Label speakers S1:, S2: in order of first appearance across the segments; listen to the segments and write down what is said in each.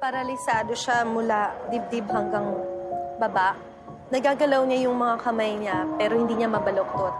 S1: Paralisado siya mula dibdib hanggang baba. Nagagalaw niya yung mga kamay niya pero hindi niya mabaloktot.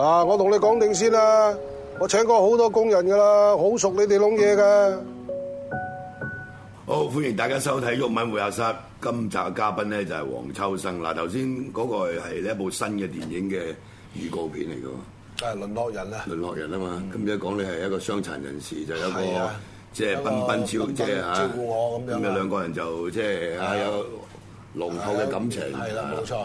S2: 啊，我同你講定先啦，我請過好多工人噶啦，好熟你哋窿嘢噶。
S3: 好，歡迎大家收睇《鬱文會客室》。今集嘅嘉賓咧就係黃秋生。嗱，頭先嗰個係呢一部新嘅電影嘅預告片嚟嘅喎，
S2: 係淪落人啊！
S3: 《淪落人》啊嘛。咁而家講你係一個傷殘人士，就有一
S2: 係
S3: 個
S2: 啊
S3: 即係賓賓
S2: 有
S3: 照，
S2: 個
S3: 即係
S2: 賓
S3: 嚇
S2: 照顧我咁樣啊啊
S3: 咁有兩個人就即係嚇有濃厚嘅感情。啊
S2: 係啦，冇錯。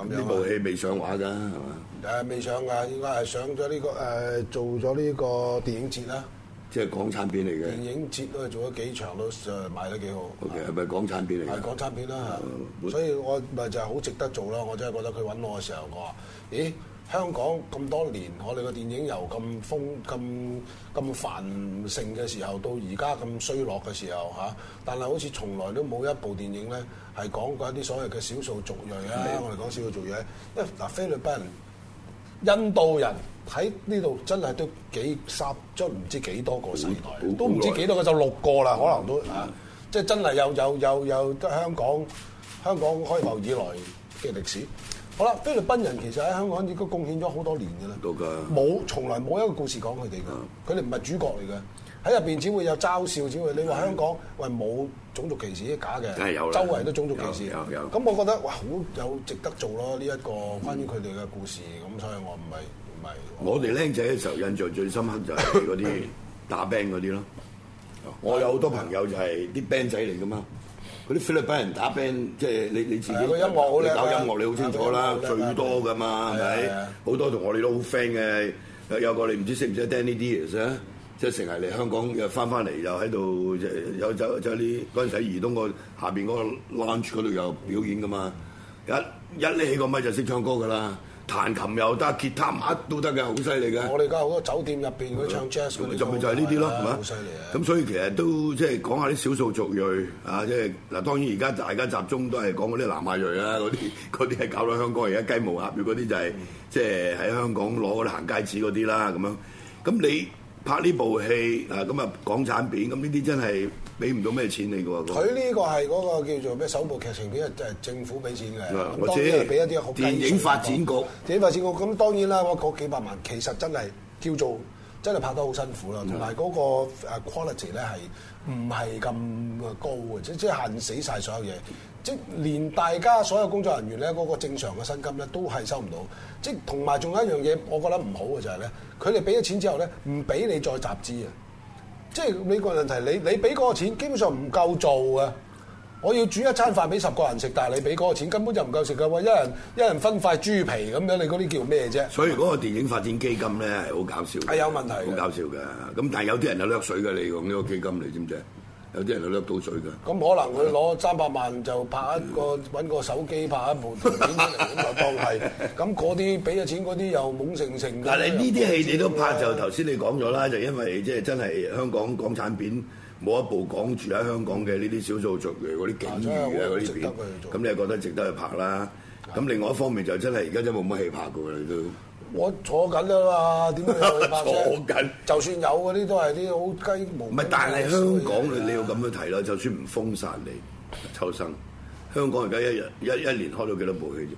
S2: 咁
S3: 呢
S2: 樣
S3: 部
S2: 啊
S3: 戲未上畫㗎，係嘛？
S2: 誒未上㗎，應該係上咗呢個誒做咗呢個電影節啦，
S3: 即係港產片嚟
S2: 電
S3: 嘅。
S2: 影節都做咗幾場都誒賣得幾好。
S3: O K，係咪港產片嚟
S2: 係
S3: 㗎？
S2: 港產片啦
S3: 嗯，
S2: 所以我咪就係好值得做啦。我真係覺得佢揾我嘅時候，我話：咦，香港咁多年，我哋嘅電影由咁風咁咁繁盛嘅時候，到而家咁衰落嘅時候嚇，但係好似從來都冇一部電影咧係講過一啲所謂嘅少數族裔啊。
S3: 嗯
S2: 我哋講少數族裔，因為嗱菲律賓人、印度人。喺呢度真係都幾十，即係唔知幾多個世代啊
S3: 好，
S2: 都唔知幾多個就六個啦，可能都啊，即係真係有有有有得香港香港開埠以來嘅歷史。好啦，菲律賓人其實喺香港已經貢獻咗好多年嘅啦，
S3: 到㗎。啊
S2: 冇從來冇一個故事講佢哋嘅，佢哋唔係主角嚟嘅。喺入邊只會有嘲笑，只會你話香港喂冇種族歧視假嘅，
S3: 梗係有啦
S2: 周圍都種族歧視。
S3: 有有有嗯
S2: 咁我覺得哇，好有值得做咯呢一個關於佢哋嘅故事，咁所以我唔係唔係。
S3: 我哋僆仔嘅時候印象最深刻就係 嗰啲打 band 嗰啲咯。我有好多朋友就係啲 band 仔嚟噶嘛，嗰啲菲律賓人打 band，即係你你自己
S2: 係個音樂好
S3: 你
S2: 叻啊
S3: 搞音樂你好清楚啦
S2: 係，個音樂好叻啊
S3: 最多噶嘛，係
S2: 係啊係
S3: 咪
S2: 啊？
S3: 好多同我哋都好 friend 嘅，有有個你唔知識唔識 Danny Diaz 啊？即係成日嚟香港又翻翻嚟又喺度就有走走啲嗰陣時喺怡東個下邊嗰個 lunch 嗰度有表演噶嘛，一一拎起個咪就識唱歌噶啦，彈琴又得，吉他乜都得嘅，好犀利嘅。
S2: 我哋而家好多酒店入邊佢唱 jazz 嗰啲
S3: 就咪就係呢啲咯，係嘛
S2: 好犀利啊！？
S3: 咁所以其實都即係講下啲少數族裔啊，即係嗱，當然而家大家集中都係講嗰啲南亞裔啦，嗰啲 嗰啲係搞到香港而家雞毛鴨血嗰啲
S2: 嗯
S3: 就係即係喺香港攞嗰啲行街紙嗰啲啦，咁樣。咁你拍呢部戲啊，咁啊港產片，咁呢啲真係俾唔到咩錢你嘅喎。
S2: 佢呢個係嗰個叫做咩首部劇情片，就係政府俾錢嘅。
S3: 啊
S2: 咁
S3: 我
S2: 當
S3: 知
S2: 然係俾一啲好雞碎嘅
S3: 電影發展局
S2: 電影發展局咁當然啦，我嗰幾百萬其實真係叫做真係拍得好辛苦
S3: 嗯
S2: 啦，同埋嗰個誒 quality 咧係唔係咁高嘅，即即係限死晒所有嘢。即係連大家所有工作人員咧，嗰、個正常嘅薪金咧都係收唔到。即係同埋仲有一樣嘢，我覺得唔好嘅就係、咧，佢哋俾咗錢之後咧，唔俾你再集資啊！即係美國人提你，你俾嗰個錢基本上唔夠做嘅。我要煮一餐飯俾十個人食，但係你俾嗰個錢根本就唔夠食嘅喎，一人一人分塊豬皮咁樣，你嗰啲叫咩啫？
S3: 所以嗰個電影發展基金咧係好搞笑嘅，
S2: 係有問題啊嘅
S3: 好搞笑嘅。咁但係有啲人就掠水嘅，你用呢個基金，你知唔知？有啲人就掠到水嘅。
S2: 咁可能佢攞三百萬就拍一個揾個手機拍一部片出嚟，咁就當 係。咁嗰啲俾咗錢嗰啲又懵成成。
S3: 但係呢啲戲你都拍
S2: 啊
S3: 就頭先你講咗啦，就因為即係真係香港港產片冇一部講住喺香港嘅呢啲少數族裔嗰啲境遇啊嗰啲片，咁你係覺得值得去拍啦。
S2: 啊
S3: 咁另外一方面就真係而家真係冇乜戲拍㗎啦，你都
S2: 我坐緊啦嘛，點解去拍啫
S3: 坐緊
S2: 就算有嗰啲都係啲好雞毛。
S3: 唔係，但
S2: 啊
S3: 係香港你你要咁樣睇啦，就算唔封殺你，秋生，香港而家一日一一年開到幾多部戲啫？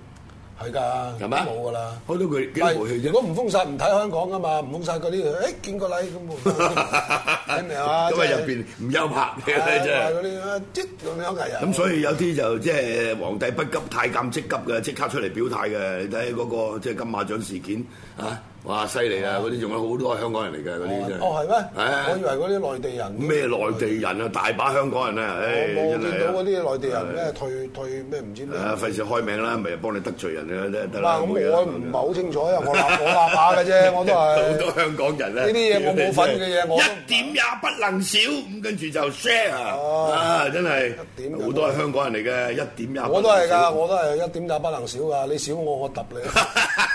S2: 係㗎，
S3: 係嘛
S2: 啊冇㗎啦。
S3: 開到佢幾多部戲
S2: 如
S3: 啫？
S2: 果唔封殺唔睇香港噶嘛，唔封殺嗰啲，誒見過禮咁 喎，你明啊？
S3: 因為入邊唔休拍
S2: 即
S3: 嘅
S2: 係
S3: 真係
S2: 係。嗰啲啊，即咁樣嘅人。
S3: 咁所以有啲就即係皇帝不急太監即急嘅，即刻出嚟表態嘅。你睇嗰、個即係金馬獎事件啊，哇犀利啊！嗰啲仲有好多係香港人嚟嘅嗰啲真係。
S2: 哦係咩？
S3: 唉
S2: 我以為嗰啲內地人。
S3: 咩內地人啊，大把香港人啊，
S2: 我
S3: 唉
S2: 我
S3: 真
S2: 見到嗰
S3: 係
S2: 啲內地人咩退退咩唔知咩。
S3: 啊！費事開名啦，咪幫你得罪人啊，得得啦。
S2: 嗱咁
S3: 冇嘢啦
S2: 我唔係好清楚啊，我立我立下嘅 啫，我都
S3: 好
S2: 係。
S3: 多香港人咧，
S2: 呢啲嘢我冇份 嘅嘢我都
S3: 一點也不能少。咁跟住就 share
S2: 哦
S3: 啊，真係
S2: 一點
S3: 好多係香港人嚟嘅，一點也不能
S2: 我都係㗎，
S3: 少
S2: 我都係一點打不能少㗎，你少我我揼 你。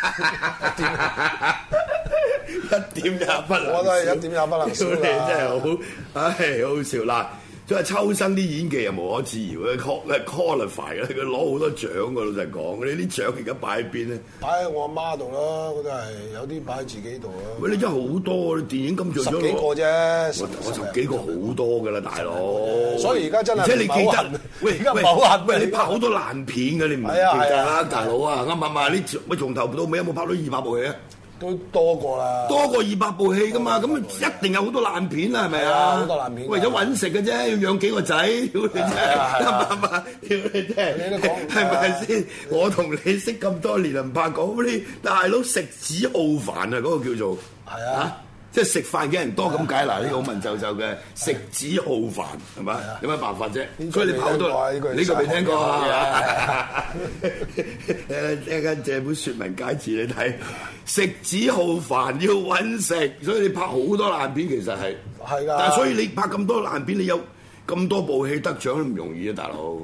S3: 一點也不能少
S2: 我都係一點也不能少啦
S3: 你真係好，唉，好笑嗱。即係秋生啲演技又無可置疑嘅，qualify 嘅，佢攞好多獎嘅。老實講，你啲獎而家擺喺邊咧？
S2: 擺喺我阿媽度啦，嗰啲係有啲擺喺自己度啦，
S3: 喂，你真係好多，你電影金
S2: 十
S3: 像獎
S2: 幾個
S3: 攞
S2: 啫，
S3: 我我
S2: 十
S3: 十幾個好多㗎啦，大佬。
S2: 所以而家真係
S3: 而且你記
S2: 唔係好
S3: 得
S2: 恨，
S3: 喂，
S2: 而家唔
S3: 喂
S2: 係好恨
S3: 喂，你拍好多爛片㗎，你唔記
S2: 係啊
S3: 得
S2: 係
S3: 啦，
S2: 啊
S3: 大佬啊，啱唔啱啊？你喂從頭到尾有冇拍到二百部戲啊？
S2: 都多過啦。
S3: 多過二百部戲㗎嘛，咁一定有好多爛片啦，係咪
S2: 係啊
S3: 啊？
S2: 好多爛片㗎
S3: 為咗揾食嘅啫，要養幾個仔，屌你真係，
S2: 係啊係啊
S3: 啱唔啱啊？屌 你真
S2: 你都
S3: 係，
S2: 講
S3: 係咪先？我同你識咁多年，唔怕講你大佬食指傲飯啊，嗰個叫做
S2: 係啊。
S3: 即係食飯嘅人多咁解嗱，呢個好文縐縐嘅食指傲飯係咪？有乜辦法啫？
S2: 啊呢句
S3: 所以你跑到
S2: 未聽過啊呢句
S3: 呢個未聽過
S2: 係
S3: 啊
S2: 啊！
S3: 誒，一陣間借本説文解字你睇，食指浩繁要揾食，所以你拍好多爛片其實係
S2: 係㗎
S3: 但係所以你拍咁多爛片，你有咁多部戲得獎都唔容易啊，大佬！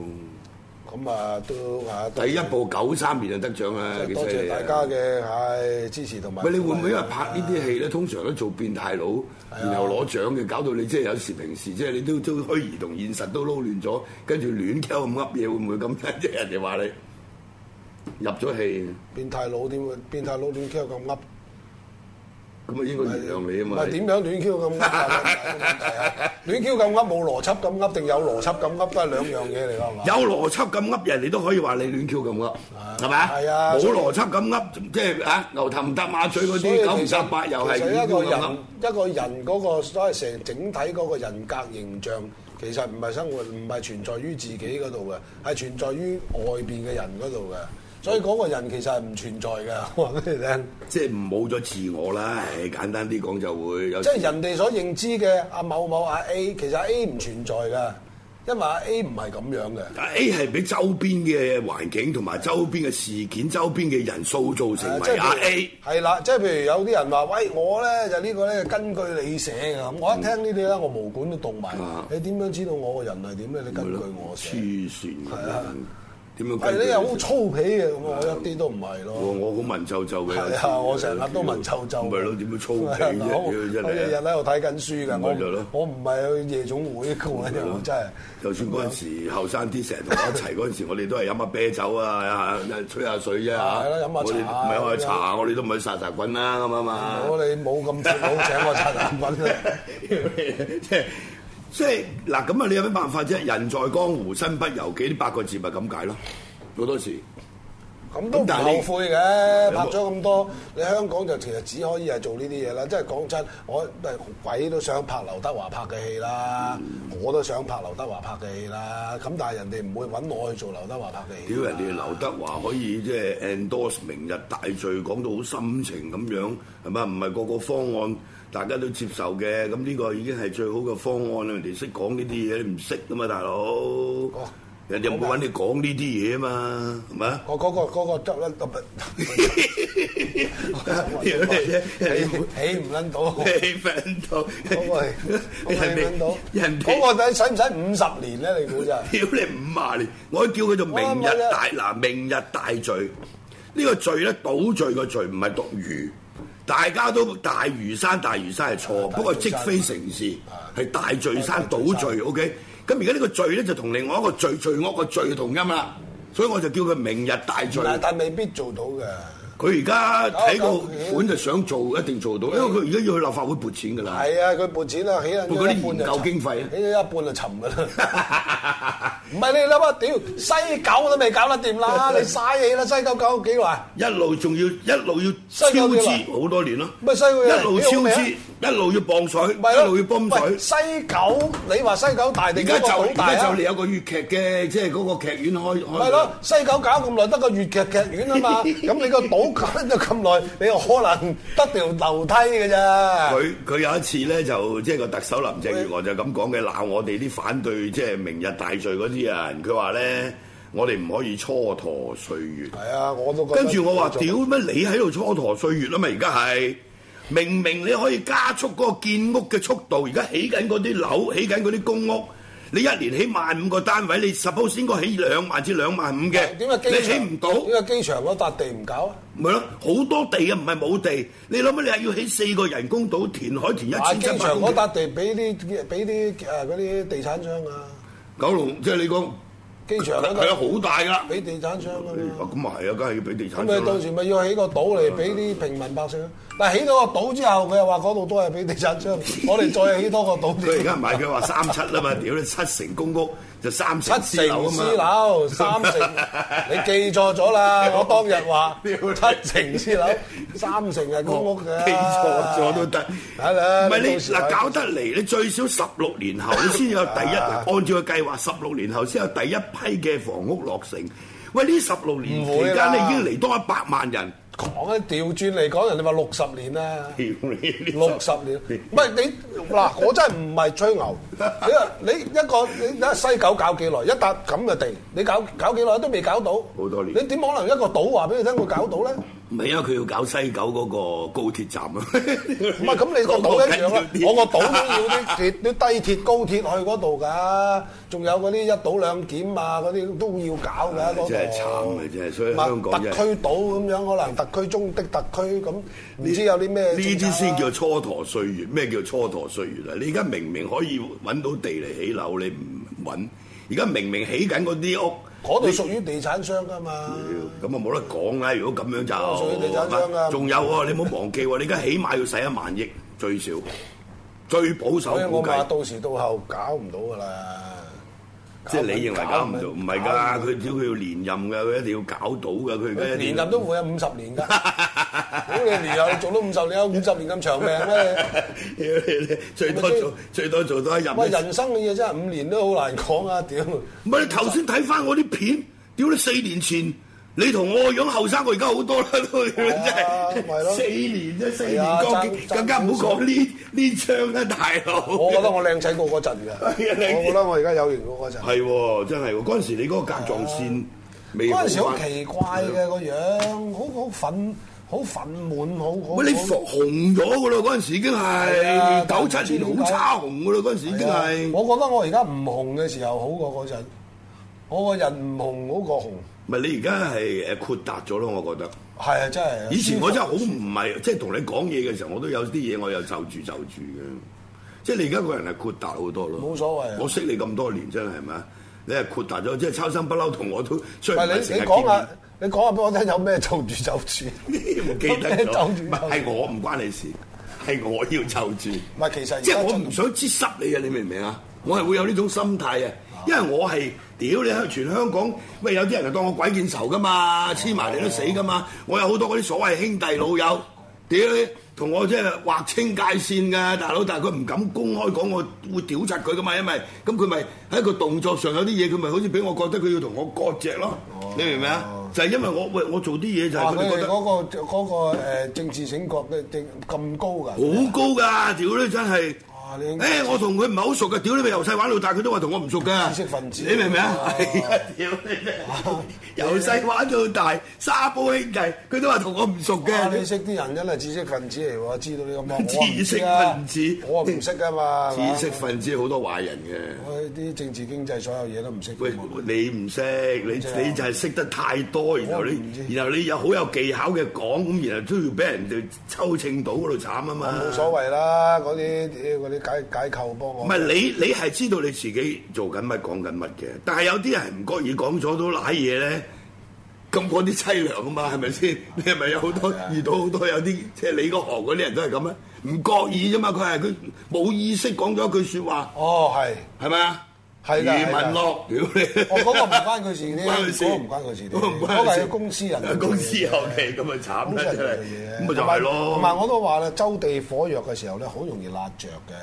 S2: 咁啊，都啊，都
S3: 第一部九三年就得獎啊，幾
S2: 多
S3: 犀
S2: 謝
S3: 利啊
S2: 大家嘅唉支持同埋。
S3: 喂，你會唔會因為拍呢啲戲咧，通常都做變態佬，然後攞獎嘅，搞到你即係有時平時即係你都都虛擬同現實都撈亂咗，跟住亂鳩咁噏嘢，會唔會咁？即係人哋話你入咗戲，
S2: 變態佬點會？變態佬亂 Q 咁噏，
S3: 咁啊應該原諒你啊
S2: 唔
S3: 嘛
S2: 係。點樣亂 Q 咁噏啊？問題係 亂 Q 咁噏冇邏輯咁噏定有邏輯咁噏都係兩樣嘢嚟㗎，係嘛？
S3: 有邏輯咁噏人，你都可以話你亂 Q 咁噏，係咪
S2: 係啊
S3: 冇
S2: 所以
S3: 邏輯咁噏，即係啊牛頭唔搭馬嘴嗰
S2: 所以
S3: 啲，九唔
S2: 其
S3: 搭
S2: 實
S3: 八又係
S2: 其實
S3: 亂
S2: 一個
S3: Q 咁
S2: 人
S3: 噏。
S2: 一個人嗰個所謂成整體嗰個人格形象，其實唔係生活唔係存在於自己嗰度嘅，係存在於外邊嘅人嗰度嘅。所以嗰個人其實係唔存在嘅，我話俾你聽。
S3: 即係冇咗自我啦，唉簡單啲講就會有時。
S2: 即係人哋所認知嘅阿某某阿 A，其實 A 唔存在㗎，因為阿 A 唔係咁樣嘅。
S3: A 係俾周邊嘅環境同埋周邊嘅事件、周邊嘅人塑造成為阿 A。
S2: 啊係啦，即係譬如有啲人話：喂，我咧就呢個咧根據你寫嘅咁。我一聽呢啲咧，我毛管都動埋
S3: 啊。
S2: 你點樣知道我個人係點咧？你根據我寫。
S3: 黐線嘅
S2: 係啊
S3: 點
S2: 係
S3: 樣跟佢哋？
S2: 你又好粗鄙嘅咁，我一啲都唔係
S3: 我
S2: 咯。
S3: 我好文縐縐嘅。
S2: 係啊，我成日都文臭臭。
S3: 咪咯，點樣粗鄙啫？
S2: 我
S3: 屌
S2: 我日日
S3: 真係。
S2: 喺度睇緊書㗎，
S3: 咪就係咯啊
S2: 我我唔係去夜總會嘅喎，又真係。
S3: 就算嗰陣時後生啲，成日同我一齊嗰陣時，我哋都係飲下啤酒啊，嚇吹下水啫嚇。
S2: 係啦飲下
S3: 我哋
S2: 茶
S3: 唔係我
S2: 咁樣
S3: 哋茶，我哋都唔係殺殺滾啦咁啊嘛。
S2: 我哋冇咁闊佬請我擦眼粉啊！
S3: 即係 即係嗱，咁啊，你有咩辦法啫？人在江湖，身不由己，呢八個字咪咁解咯。好多時
S2: 咁都唔後悔嘅，拍咗咁多，你香港就其實只可以係做呢啲嘢啦。即係講真，我誒鬼都想拍劉德華拍嘅戲啦，我都想拍劉德華拍嘅戲啦。咁但係人哋唔會揾我去做劉德華拍嘅戲
S3: 屌
S2: 㗎。
S3: 人哋劉德華可以即係 endorse 明日大罪，講到好深情咁樣，係咪？唔係個個方案大家都接受嘅，咁呢個已經係最好嘅方案啦。人哋識講呢啲嘢，你唔識噶嘛，大佬。人哋唔會揾你講呢啲嘢啊嘛，係咪啊？
S2: 我嗰個嗰個執撚
S3: 屌你啫你唔會
S2: 起唔 撚到。
S3: 氣憤到，
S2: 嗰個係嗰個起唔撚到，
S3: 人哋
S2: 嗰個使使唔使五十年咧？你估真係？
S3: 屌你五廿年，我啊叫佢做明日大嗱，明日大罪。呢、個罪咧，倒罪個罪唔係毒魚，大家都大嶼山，啊大嶼山係錯，不過積非成是，係大罪山倒罪。OK，咁而家呢個罪咧就同另外一個罪罪惡個罪同音啦，所以我就叫佢明日大罪。
S2: 但但未必做到嘅。
S3: 佢而家睇個款就想做，一定做到，因為佢而家要去立法會撥錢㗎啦。
S2: 係啊，佢撥錢啊，起緊
S3: 撥嗰啲
S2: 一半就
S3: 研究經費啊
S2: 沉起咗一半就沉㗎啦。唔係你諗下，屌西九都未搞得 掂啦，你嘥氣啦！西九搞咗幾耐？
S3: 一路仲要一路要超
S2: 西九幾
S3: 支
S2: 耐
S3: 好多年咯，
S2: 咪西九幾耐
S3: 一路
S2: 幾好
S3: 超
S2: 味啊
S3: 支，一路要磅水，
S2: 咪
S3: 一路要泵水
S2: 喂。西九，你話西九大
S3: 而
S2: 定
S3: 家
S2: 嗰個
S3: 就
S2: 好
S3: 而
S2: 大
S3: 家就
S2: 啊
S3: 嚟？有個粵劇嘅，即係嗰個劇院開開。
S2: 咪咯，西九搞咁耐得個粵劇劇院啊嘛，咁你個島搞咗咁耐，你又可能得條樓梯㗎咋？
S3: 佢佢有一次咧，就即係個特首林鄭月娥就咁講嘅，鬧我哋啲反對即係明日大罪嗰啲人。佢話咧，我哋唔可以蹉跎歲月。
S2: 係啊，我都覺得
S3: 跟住我話：
S2: 做
S3: 屌乜你喺度蹉跎歲月啊嘛！而家係明明你可以加速嗰個建屋嘅速度，而家起緊嗰啲樓，起緊嗰啲公屋，你一年起萬五個單位，你 suppose 應該起兩萬至兩萬五嘅，
S2: 點解
S3: 你
S2: 機
S3: 起
S2: 場
S3: 唔到，
S2: 點解機場嗰笪地唔搞啊？
S3: 咪咯，好多地啊，唔係冇地。你諗下，你係要起四個人工島，填海填一
S2: 買
S3: 千
S2: 啊機
S3: 七百
S2: 場
S3: 公
S2: 嗰
S3: 頃。
S2: 笪地俾啲俾啲誒嗰啲地產商啊，
S3: 九龍即係你講，
S2: 機場嗰
S3: 係啊，
S2: 度
S3: 好大㗎。
S2: 俾地產商啊嘛
S3: 啊咁啊係啊，梗係要俾地
S2: 咁
S3: 產商
S2: 你到
S3: 啦。
S2: 時咪要起個島嚟俾啲平民百姓咯？但係起到個島之後，佢又話嗰度都係俾地 產商，我哋再起多個島。
S3: 佢而家唔係佢話三七啦嘛，屌你七成公屋就三
S2: 七
S3: 成私樓
S2: 成
S3: 啊嘛。
S2: 私樓，三 成你記錯咗啦！我當日話七成私樓，三成係公屋嘅。
S3: 哦記錯咗都得，
S2: 係啦
S3: 唔係
S2: 你
S3: 你
S2: 到時啊
S3: 嗱搞得嚟，你最少十六年後你 先有第一，按照個計劃，十六年後先有第一批嘅房屋落成。喂，呢十六年
S2: 唔會
S3: 期
S2: 啦
S3: 間咧已經嚟多一百萬人，
S2: 講一調轉嚟講，人哋話六十年啊啦。
S3: 屌你
S2: 六十年，唔係你嗱，我真係唔係吹牛。你你一個你睇下西九搞幾耐？一笪咁嘅地，你搞搞幾耐都未搞到，
S3: 好多年
S2: 你點可能一個島話俾你聽佢搞到咧？
S3: 唔係因為啊佢要搞西九嗰個高鐵站 啊。
S2: 唔
S3: 唔
S2: 係咁，你個島一樣啦，我個島都要啲鐵、啲低鐵、高鐵去嗰度㗎，仲有嗰啲一島兩檢啊，嗰啲都要搞㗎嗰度。
S3: 真係慘啊真係所以
S2: 唔係
S3: 香港真係
S2: 特區島咁樣，可能特區中的特區咁，唔知有啲咩
S3: 呢
S2: 政
S3: 啲
S2: 策啦啊
S3: 先叫蹉跎歲月，咩叫蹉跎歲月啊？你而家明明可以揾到地嚟起樓，你唔揾，而家明明起緊嗰啲屋。
S2: 嗰度屬於地產商㗎嘛。
S3: 咁啊冇得講啦！如果咁樣就啊
S2: 屬於地產商啊㗎
S3: 仲有啊喎，你唔好忘記喎，你而家起碼要使一萬億最少，最保守
S2: 所以我
S3: 估
S2: 話
S3: 計，
S2: 到時到後搞唔到㗎啦。
S3: 即係你認為搞唔到，唔係
S2: 佢
S3: 㗎，佢只要佢要連任㗎，佢一定要搞到㗎，佢而家一定
S2: 連
S3: 要
S2: 任都會有五十年㗎。咁你連任做到五十年，有五十年咁長命咩？ 你
S3: 最多做最多做多一任。
S2: 喂，人生嘅嘢真係五年都好難講啊！ 屌，
S3: 唔係你頭先睇翻我啲片，屌你四年前你同我樣後生，我而家好多啦，都真
S2: 啊咪
S3: 係
S2: 咯
S3: 四年啫，四
S2: 係啊
S3: 年過
S2: 爭
S3: 更加唔好講呢呢張啦，大佬。
S2: 我覺得我靚仔過嗰陣㗎，
S3: 係啊 靚仔
S2: 我覺得我而家有型過嗰陣。
S3: 係喎，真係喎！嗰陣時你嗰個甲狀腺未
S2: 啊嗰
S3: 好
S2: 陣時好
S3: 翻，
S2: 奇怪嘅個樣，好好憤，好憤滿，好好。
S3: 喂你
S2: 好
S3: 紅咗噶咯，嗰陣時已經
S2: 係啊
S3: 係九七年好差紅噶咯，嗰陣時已經係。
S2: 我覺得我而家唔紅嘅時候好過嗰陣，我個人唔紅好過紅，
S3: 唔係你而家係誒豁達咗咯，我覺得。
S2: 係啊，真係。
S3: 以前我真係好唔係，即係同你講嘢嘅時候，我都有啲嘢我又就住就住嘅。即係你而家個人係豁達好多咯。
S2: 冇所謂啊
S3: 我識你咁多年，真係係咪啊？你係豁達咗，即係秋生不嬲同我都，雖
S2: 唔係
S3: 然
S2: 你
S3: 唔係成日
S2: 你講
S3: 見面
S2: 下，你講下俾我聽有咩就住就住。
S3: 唔 記得咗，
S2: 就住
S3: 唔係係我唔關你事，係我要就住。
S2: 唔係其實而
S3: 即
S2: 家
S3: 係我
S2: 真
S3: 唔想擠濕你啊！你明唔明啊？我係會有呢種心態啊，因為我係屌你喺全香港，喂有啲人就當我鬼見愁噶嘛，
S2: 哦
S3: 黐埋你都死噶嘛。我有好多嗰啲所謂兄弟老友，屌你同我即係劃清界線㗎，大佬，但係佢唔敢公開講，我會屌柒佢噶嘛，因為咁佢咪喺個動作上有啲嘢，佢咪好似俾我覺得佢要同我割席咯，你明唔明啊？就係因為我喂我做啲嘢就係
S2: 哦哇！
S3: 啊
S2: 佢
S3: 佢哋覺
S2: 哋
S3: 得。
S2: 嗰個嗰個誒政治醒覺嘅政咁高㗎。
S3: 好高㗎，屌你真係
S2: 哇你！
S3: 誒，我同佢唔係好熟㗎，屌你咪由細玩到大，佢都話同我唔熟㗎。
S2: 知識分子
S3: 你明唔明啊
S2: 哇？
S3: 係啊，屌你真係！由細玩到大，沙煲兄弟，佢都話同我唔熟
S2: 啊！你
S3: 嘅。
S2: 識啲人真係知識分子嚟喎，知道呢咁
S3: 知
S2: 啊！我唔識啊
S3: 識分子
S2: 我唔識噶嘛，係嘛
S3: 知識分子好多壞人嘅。
S2: 我啲政治經濟所有嘢都唔識㗎
S3: 喂
S2: 嘛。，
S3: 你唔識，你
S2: 知啊
S3: 你就係識得太多，然後
S2: 我唔知
S3: 你，然後你有好有技巧嘅講，咁然後都要俾人哋抽秤到嗰度慘啊嘛。
S2: 冇所謂啦，嗰啲嗰啲解解構幫我。
S3: 唔係你，你係知道你自己做緊乜講緊乜嘅，但係有啲人唔覺意講咗都賴嘢咧，咁嗰啲凄涼啊嘛，係咪先？ 你係咪有好多
S2: 啊
S3: 遇到好多有啲即係你嗰行嗰啲人都係咁啊？唔覺意啫嘛，佢係佢冇意識講咗一句説話，
S2: 哦，係，
S3: 係咪啊？
S2: 係㗎
S3: 余
S2: 係㗎
S3: 文樂，屌你！
S2: 我嗰個唔關佢事呢
S3: 唔關佢事
S2: 嗰個唔關佢事呢
S3: 嗰個唔關
S2: 嗰個
S3: 佢事
S2: 係公司人嚟嘅
S3: 公司後期咁咪慘
S2: 好
S3: 啦，
S2: 犀利
S3: 真係
S2: 嘅嘢。
S3: 咁咪就係咯。
S2: 同埋我都話啦，周地火藥嘅時候咧，好容易辣着嘅。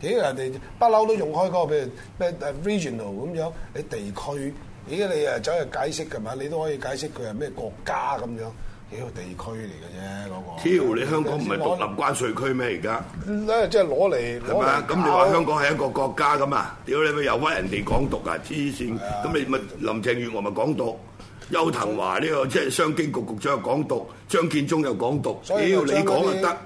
S2: 屌人哋不嬲都用開嗰個，譬如咩誒 regional 咁樣，你地區，咦你誒走去解釋㗎嘛？你都可以解釋佢係咩國家咁樣。屌地區嚟嘅啫嗰
S3: 挑
S2: 個。
S3: 你香港唔係獨立關稅區咩？而家？
S2: 咧，即係攞嚟
S3: 係
S2: 攞
S3: 咪啊
S2: 嚟？
S3: 咁你
S2: 搞
S3: 話香港係一個國家咁啊？屌你咪又屈人哋港獨啊！黐線！咁你咪林鄭月娥咪港獨，邱騰華呢個即係商經局局長又港獨，張建宗又港獨，
S2: 所以
S3: 屌
S2: 就
S3: 你
S2: 將嗰
S3: 講
S2: 啲
S3: 就得，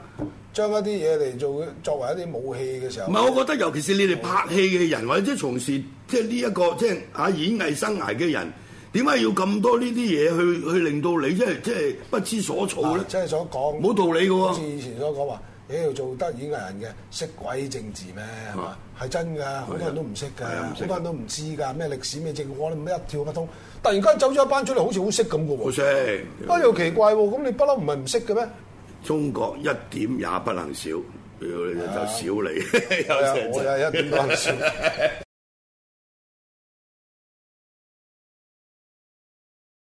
S2: 將一啲嘢嚟做作為一啲武器嘅時候
S3: 唔，係，我覺得尤其是你哋拍戲嘅人，或者即係從事即係呢一個即係啊演藝生涯嘅人，點解要咁多呢啲嘢去去令到你即係即係不知所措咧
S2: 嗱？即啊係所講
S3: 冇道理嘅
S2: 好似
S3: 喎。
S2: 以前所講話，妖做得演藝人嘅識鬼政治咩？係嘛
S3: 啊？
S2: 係真㗎，好多人都唔識㗎，
S3: 係啊
S2: 好
S3: 唔識
S2: 多人都唔知㗎，咩歷史咩政治，我哋一跳不通。突然間走咗一班出嚟，好似好識咁嘅
S3: 好
S2: 喎。
S3: 識，
S2: 啊又奇怪喎，咁你不嬲唔係唔識嘅咩？
S3: 中國一點也不能少，屌你就少你，
S2: 係啊
S3: 有
S2: 我又一點都唔少。